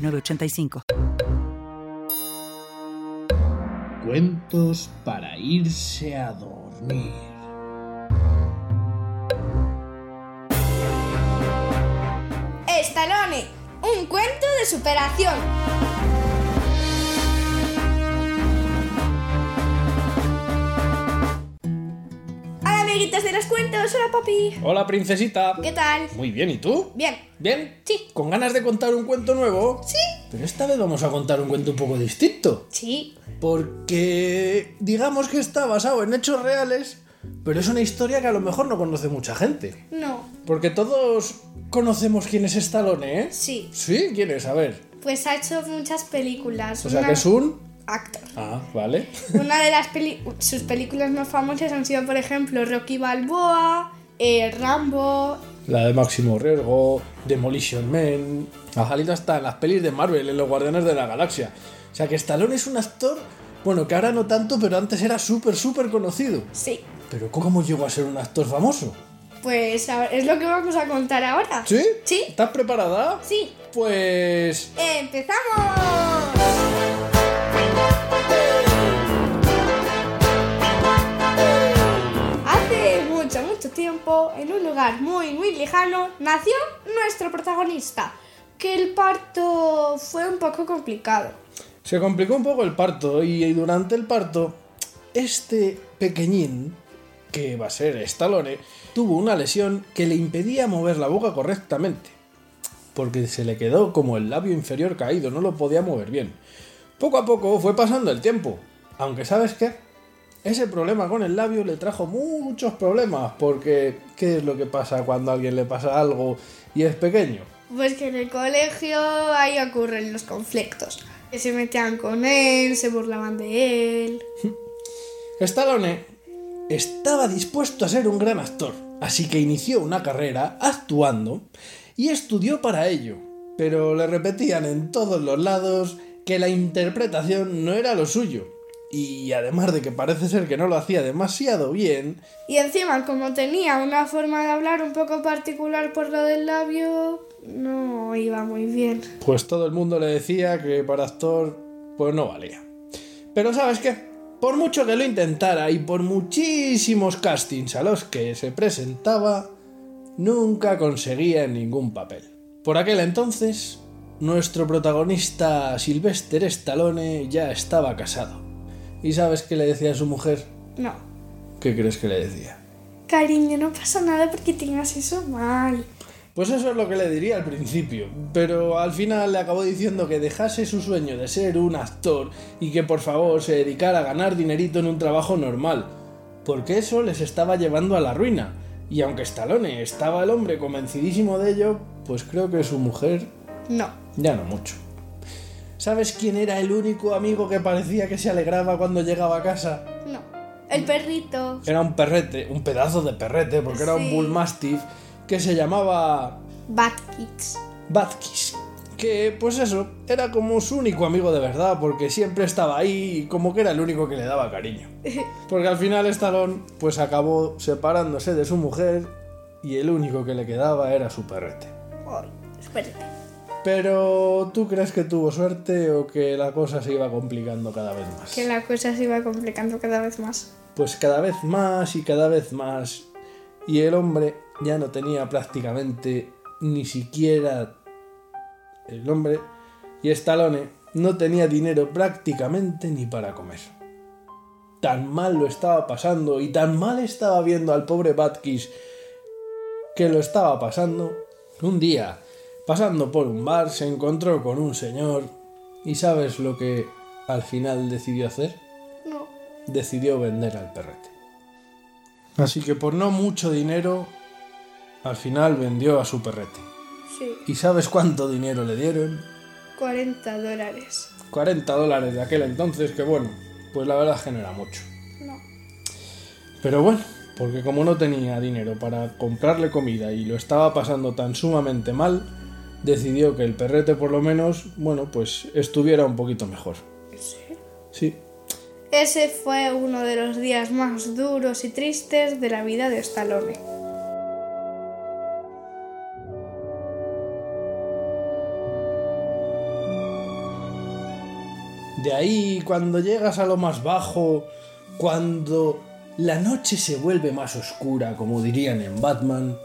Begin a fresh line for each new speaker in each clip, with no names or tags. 985.
Cuentos para irse a dormir.
Estalone, un cuento de superación. Hola amiguitos de los cuentos, hola papi.
Hola, princesita.
¿Qué tal?
Muy bien, ¿y tú?
Bien,
¿Bien?
Sí.
¿Con ganas de contar un cuento nuevo?
Sí.
Pero esta vez vamos a contar un cuento un poco distinto.
sí,
Porque digamos que está basado en hechos reales, pero es una historia que a lo mejor no conoce mucha gente.
no,
Porque todos conocemos quién es Stallone, ¿eh?
sí.
¿Sí? ¿Quién es? A ver.
Pues ha hecho muchas películas.
O sea
Una-
que es un...
actor.
Ah, vale.
Una de las peli- sus películas más famosas han sido, por ejemplo, Rocky Balboa, eh, Rambo.
La de Máximo Riesgo, Demolition Man. Ha salido hasta en las pelis de Marvel, en Los Guardianes de la Galaxia. O sea que Stallone es un actor, bueno, que ahora no tanto, pero antes era súper, súper conocido.
Sí,
Pero ¿cómo llegó a ser un actor famoso?
pues a- es lo que vamos a contar ahora.
¿Sí?
Sí,
¿Estás preparada?
sí.
Pues...
¡Empezamos! Hace mucho, mucho tiempo, en un lugar muy, muy lejano, nació nuestro protagonista. Que el parto fue un poco complicado.
Se complicó un poco el parto y durante el parto, este pequeñín, que va a ser Stallone, tuvo una lesión que le impedía mover la boca correctamente. Porque se le quedó como el labio inferior caído, no lo podía mover bien. Poco a poco fue pasando el tiempo. Aunque sabes qué, ese problema con el labio le trajo muchos problemas. Porque, ¿qué es lo que pasa cuando a alguien le pasa algo y es pequeño?
Pues que en el colegio ahí ocurren los conflictos. Que se metían con él, se burlaban de él.
Stallone estaba dispuesto a ser un gran actor, así que inició una carrera actuando y estudió para ello, pero le repetían en todos los lados que la interpretación no era lo suyo. Y además de que parece ser que no lo hacía demasiado bien,
Y encima, como tenía una forma de hablar un poco particular por lo del labio, no iba muy bien.
pues todo el mundo le decía que para actor pues no valía. Pero sabes qué, por mucho que lo intentara y por muchísimos castings a los que se presentaba, nunca conseguía ningún papel. Por aquel entonces, nuestro protagonista Sylvester Stallone ya estaba casado. ¿Y sabes qué le decía a su mujer?
No.
¿Qué crees que le decía?
Cariño, no pasa nada porque tengas eso mal.
Pues eso es lo que le diría al principio, pero al final le acabó diciendo que dejase su sueño de ser un actor y que por favor se dedicara a ganar dinerito en un trabajo normal, porque eso les estaba llevando a la ruina. Y aunque Stallone estaba el hombre convencidísimo de ello, pues creo que su mujer
No.
ya no mucho. ¿Sabes quién era el único amigo que parecía que se alegraba cuando llegaba a casa?
No. El perrito.
Era un perrete, un pedazo de perrete, porque era un
Sí.
bull mastiff que se llamaba
Batkids.
Batkis. Que, pues eso, era como su único amigo de verdad, porque siempre estaba ahí y como que era el único que le daba cariño. Porque al final Stallone, pues acabó separándose de su mujer y el único que le quedaba era su perrete.
Ay, espérate.
Pero, ¿tú crees que tuvo suerte o que la cosa se iba complicando cada vez más?
Que la cosa se iba complicando cada vez más.
Pues cada vez más y cada vez más. Y el hombre ya no tenía prácticamente ni siquiera... El hombre y Stallone no tenía dinero prácticamente ni para comer. Tan mal lo estaba pasando y tan mal estaba viendo al pobre Batkis que lo estaba pasando. Un día, pasando por un bar, se encontró con un señor y ¿sabes lo que al final decidió hacer?
No.
decidió vender al perrete. Así que por no mucho dinero, al final vendió a su perrete.
Sí.
¿Y sabes cuánto dinero le dieron?
40 dólares.
40 dólares de aquel entonces, que bueno, pues la verdad es que no era mucho.
No.
Pero bueno, porque como no tenía dinero para comprarle comida y lo estaba pasando tan sumamente mal, decidió que el perrete por lo menos, bueno, pues estuviera un poquito mejor. Sí.
Ese fue uno de los días más duros y tristes de la vida de Stallone.
De ahí, cuando llegas a lo más bajo, cuando la noche se vuelve más oscura, como dirían en Batman,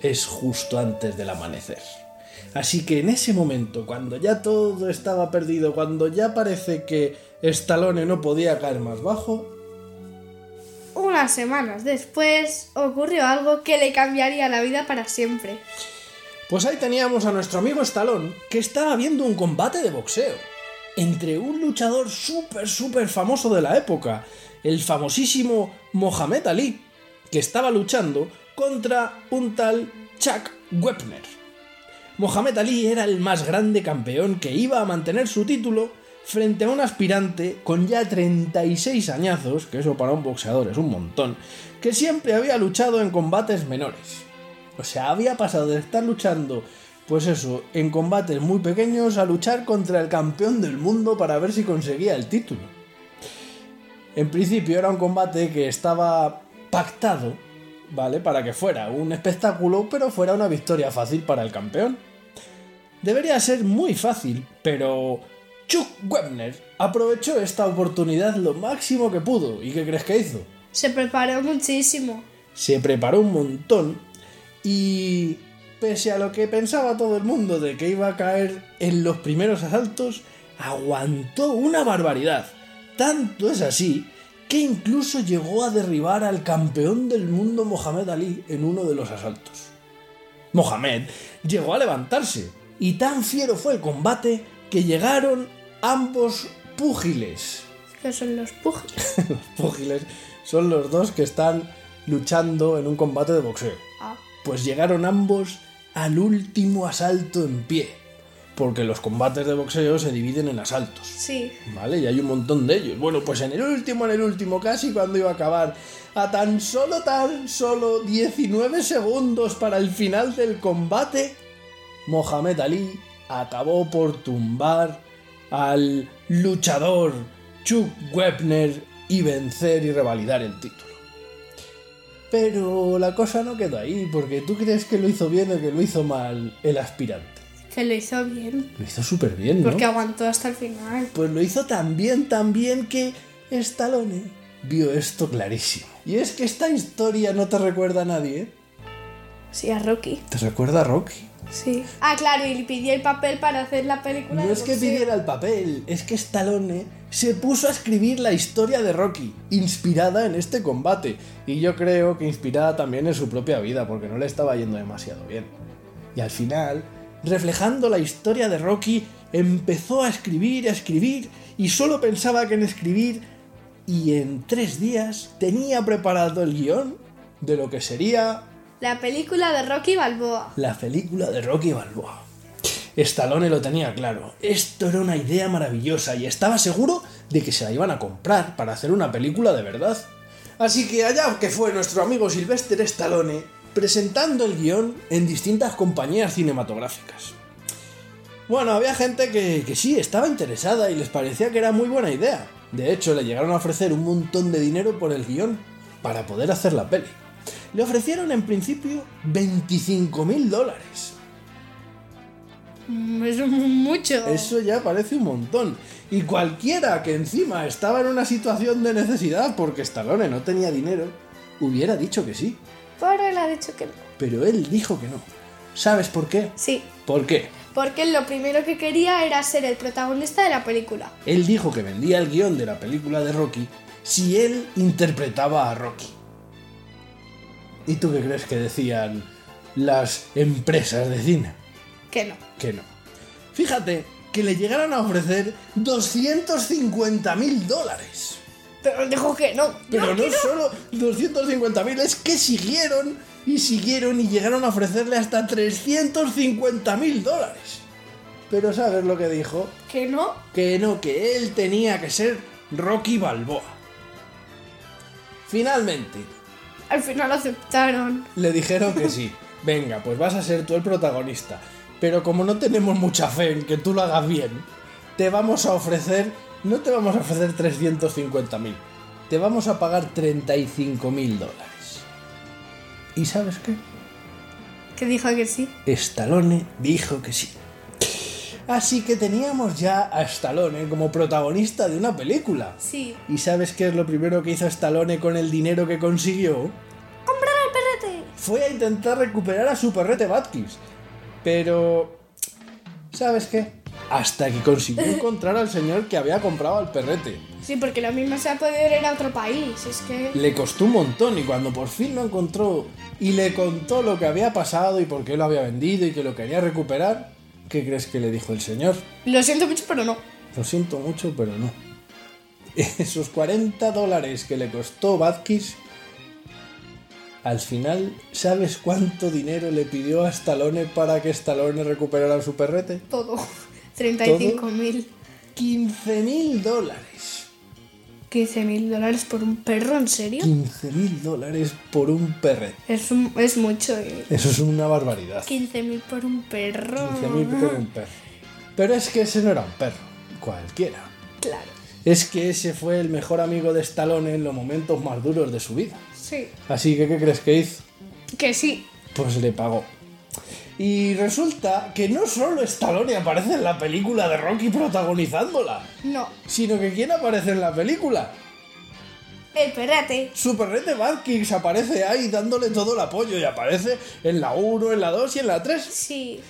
es justo antes del amanecer. Así que en ese momento, cuando ya todo estaba perdido, cuando ya parece que Stallone no podía caer más bajo,
Unas semanas después ocurrió algo que le cambiaría la vida para siempre.
Pues ahí teníamos a nuestro amigo Stallone, que estaba viendo un combate de boxeo entre un luchador súper, súper famoso de la época, el famosísimo Mohamed Ali, que estaba luchando contra un tal Chuck Wepner. Mohamed Ali era el más grande campeón que iba a mantener su título frente a un aspirante con ya 36 añazos, que eso para un boxeador es un montón, que siempre había luchado en combates menores. O sea, había pasado de estar luchando, pues eso, en combates muy pequeños a luchar contra el campeón del mundo para ver si conseguía el título. En principio era un combate que estaba pactado, ¿vale? Para que fuera un espectáculo, pero fuera una victoria fácil para el campeón. Debería ser muy fácil, pero Chuck Webner aprovechó esta oportunidad lo máximo que pudo. ¿Y qué crees que hizo?
Se preparó muchísimo.
se preparó un montón y pese a lo que pensaba todo el mundo de que iba a caer en los primeros asaltos, aguantó una barbaridad. Tanto es así que incluso llegó a derribar al campeón del mundo Mohamed Ali en uno de los asaltos. Mohamed llegó a levantarse y tan fiero fue el combate que llegaron ambos púgiles
Que son los pujas.
los púgiles son los dos que están luchando en un combate de boxeo.
Ah,
Pues llegaron ambos al último asalto en pie, porque los combates de boxeo se dividen en asaltos.
sí.
¿Vale? Y hay un montón de ellos. Bueno, pues en el último, en el último, casi cuando iba a acabar, a tan solo, tan solo 19 segundos para el final del combate, Mohamed Ali acabó por tumbar al luchador Chuck Webner y vencer y revalidar el título. Pero la cosa no quedó ahí, porque tú crees que lo hizo bien o que lo hizo mal el aspirante.
Que lo hizo bien.
Lo hizo súper bien, ¿no?
Porque aguantó hasta el final.
Pues lo hizo tan bien, tan bien que Stallone vio esto clarísimo. Y es que esta historia no te recuerda a nadie, ¿eh?
Sí, a Rocky.
Te recuerda a Rocky.
Sí. Ah, claro, y le pidió el papel para hacer la película.
No
de
es que
boxeo.
pidiera el papel, es que Stallone se puso a escribir la historia de Rocky, inspirada en este combate. Y yo creo que inspirada también en su propia vida, porque no le estaba yendo demasiado bien. Y al final, reflejando la historia de Rocky, empezó a escribir, a escribir, y solo pensaba que en escribir, y en tres días tenía preparado el guión de lo que sería
La película de Rocky Balboa.
la película de Rocky Balboa. Stallone lo tenía claro. Esto era una idea maravillosa y estaba seguro de que se la iban a comprar para hacer una película de verdad. Así que allá que fue nuestro amigo Sylvester Stallone presentando el guión en distintas compañías cinematográficas. Bueno, había gente que, que sí, estaba interesada y les parecía que era muy buena idea. De hecho, le llegaron a ofrecer un montón de dinero por el guión para poder hacer la peli. Le ofrecieron en principio 25 mil dólares.
Mm, Es un- mucho.
Eso ya parece un montón. Y cualquiera que encima estaba en una situación de necesidad porque Stallone no tenía dinero, hubiera dicho que sí.
Pero él ha dicho que no.
Pero él dijo que no. ¿Sabes por qué?
Sí.
¿Por qué?
Porque él lo primero que quería era ser el protagonista de la película.
Él dijo que vendía el guión de la película de Rocky si él interpretaba a Rocky. ¿Y tú qué crees que decían las empresas de cine?
Que no.
que no. Fíjate que le llegaron a ofrecer 250 mil dólares.
Pero él dijo que no.
Pero
No,
no
que no.
solo 250 mil, es que siguieron y siguieron y llegaron a ofrecerle hasta 350 mil dólares. Pero ¿sabes lo que dijo?
¿Que no?
Que no, que él tenía que ser Rocky Balboa. Finalmente,
Al final aceptaron.
le dijeron que sí. Venga, pues vas a ser tú el protagonista. Pero como no tenemos mucha fe en que tú lo hagas bien, te vamos a ofrecer... No te vamos a ofrecer 350.000. Te vamos a pagar 35.000 dólares. ¿Y sabes qué?
Que dijo que sí.
Stallone dijo que sí. Así que teníamos ya a Stallone ¿eh? como protagonista de una película.
Sí.
¿Y sabes qué es lo primero que hizo Stallone con el dinero que consiguió?
¡Comprar el perrete!
Fue a intentar recuperar a su perrete Batkins. Pero... ¿Sabes qué? Hasta que consiguió encontrar al señor que había comprado al perrete.
Sí, porque lo mismo se ha podido ir a otro país. Es que.
Le costó un montón y cuando por fin lo encontró y le contó lo que había pasado y por qué lo había vendido y que lo quería recuperar, ¿qué crees que le dijo el señor?
Lo siento mucho, pero no.
Lo siento mucho, pero no. Esos 40 dólares que le costó Batkis, al final, ¿sabes cuánto dinero le pidió a Stallone para que Stallone recuperara su perrete?
Todo. 35.000.
15 mil dólares.
15.000 dólares por un perro, ¿en serio?
15 mil dólares por un perrete.
Es, un- es mucho. eh.
Eso es una barbaridad.
15.000 por un perro.
15.000 por un perro. Pero es que ese no era un perro, cualquiera.
Claro.
Es que ese fue el mejor amigo de Stallone en los momentos más duros de su vida.
Sí.
Así que, ¿qué crees que hizo?
Que sí.
Pues le pagó. Y resulta que no solo Stallone aparece en la película de Rocky protagonizándola,
No.
sino que ¿quién aparece en la película?
El perrete.
Su perrete Badkicks aparece ahí dándole todo el apoyo y aparece en la 1, en la 2 y en la 3.
Sí.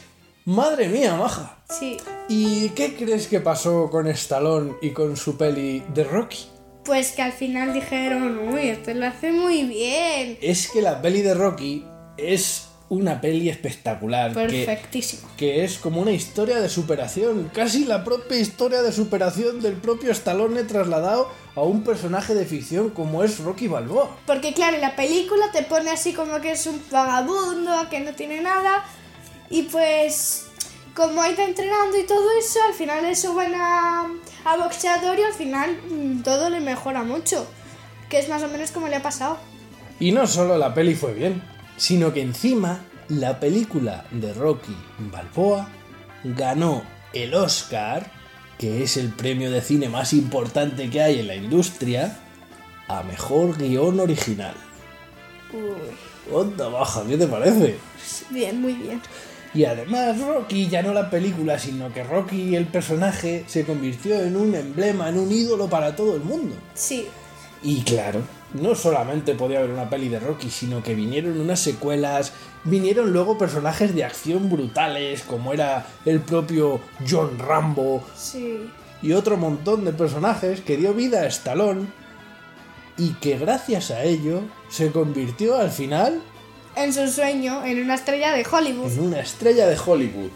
¡Madre mía, maja!
Sí.
¿Y qué crees que pasó con Stallone y con su peli de Rocky?
Pues que al final dijeron, uy, este lo hace muy bien.
Es que la peli de Rocky es una peli espectacular. Que,
Perfectísimo.
que es como una historia de superación. Casi la propia historia de superación del propio Stallone trasladado a un personaje de ficción como es Rocky Balboa.
Porque claro, en la película te pone así como que es un vagabundo, que no tiene nada. Y pues como ahí está entrenando y todo eso, al final le suben a, a boxeador y al final mm, todo le mejora mucho. Que es más o menos como le ha pasado.
Y no solo la peli fue bien, sino que encima la película de Rocky Balboa ganó el Oscar, que es el premio de cine más importante que hay en la industria, a mejor guión original.
Uy,
Onda baja, ¿qué te parece?
Pues, bien, muy bien.
Y además Rocky ya no la película, sino que Rocky el personaje se convirtió en un emblema, en un ídolo para todo el mundo.
Sí,
Y claro, no solamente podía haber una peli de Rocky, sino que vinieron unas secuelas, vinieron luego personajes de acción brutales, como era el propio John Rambo
sí.
y otro montón de personajes que dio vida a Stallone y que gracias a ello se convirtió al final
En su sueño, en una estrella de Hollywood.
en una estrella de Hollywood.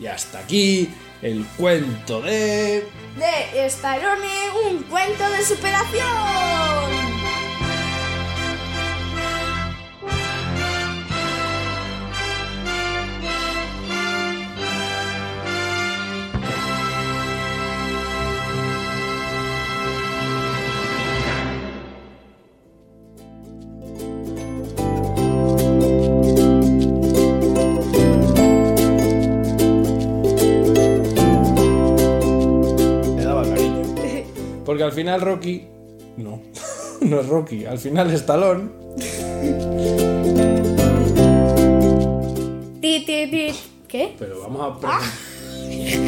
Y hasta aquí el cuento de...
De Stallone, un cuento de superación.
Le daba cariño. Porque al final Rocky. No, no es Rocky. Al final es Talón.
Ti, ti, ti. ¿Qué?
Pero vamos a. pre-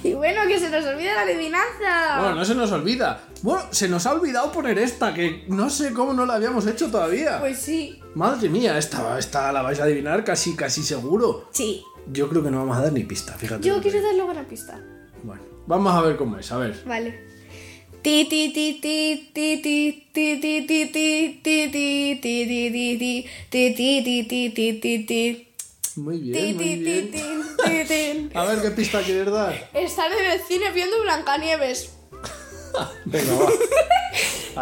Y bueno, que se nos olvida la adivinanza.
Bueno, no se nos olvida. Bueno, se nos ha olvidado poner esta, que no sé cómo no la habíamos hecho todavía.
Pues sí.
Madre mía, esta, esta la vais a adivinar casi, casi seguro.
Sí.
Yo creo que no vamos a dar ni pista, fíjate.
Yo quiero darle una pista.
Bueno, vamos a ver cómo es, a ver.
Vale. Ti ti ti ti ti ti ti ti ti ti ti ti ti ti ti ti ti ti ti ti ti ti ti
Muy
ti
bien, muy
ti ti
bien.
ti ti ti
A ver qué pista quieres dar.
Estar en el cine viendo Blancanieves.
Venga, va.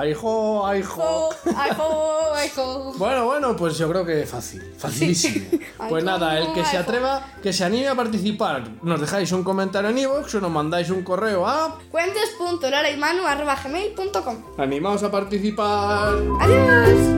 ¡Aijo, aijo!
Ajo, ajo.
Bueno, bueno, pues yo creo que fácil, facilísimo. Pues
Ay,
nada, el que se
ay,
atreva, que se anime a participar, nos dejáis un comentario en iVoox o nos mandáis un correo a
Cuentes.laraymanu.gmail.com
animaos a participar.
Adiós.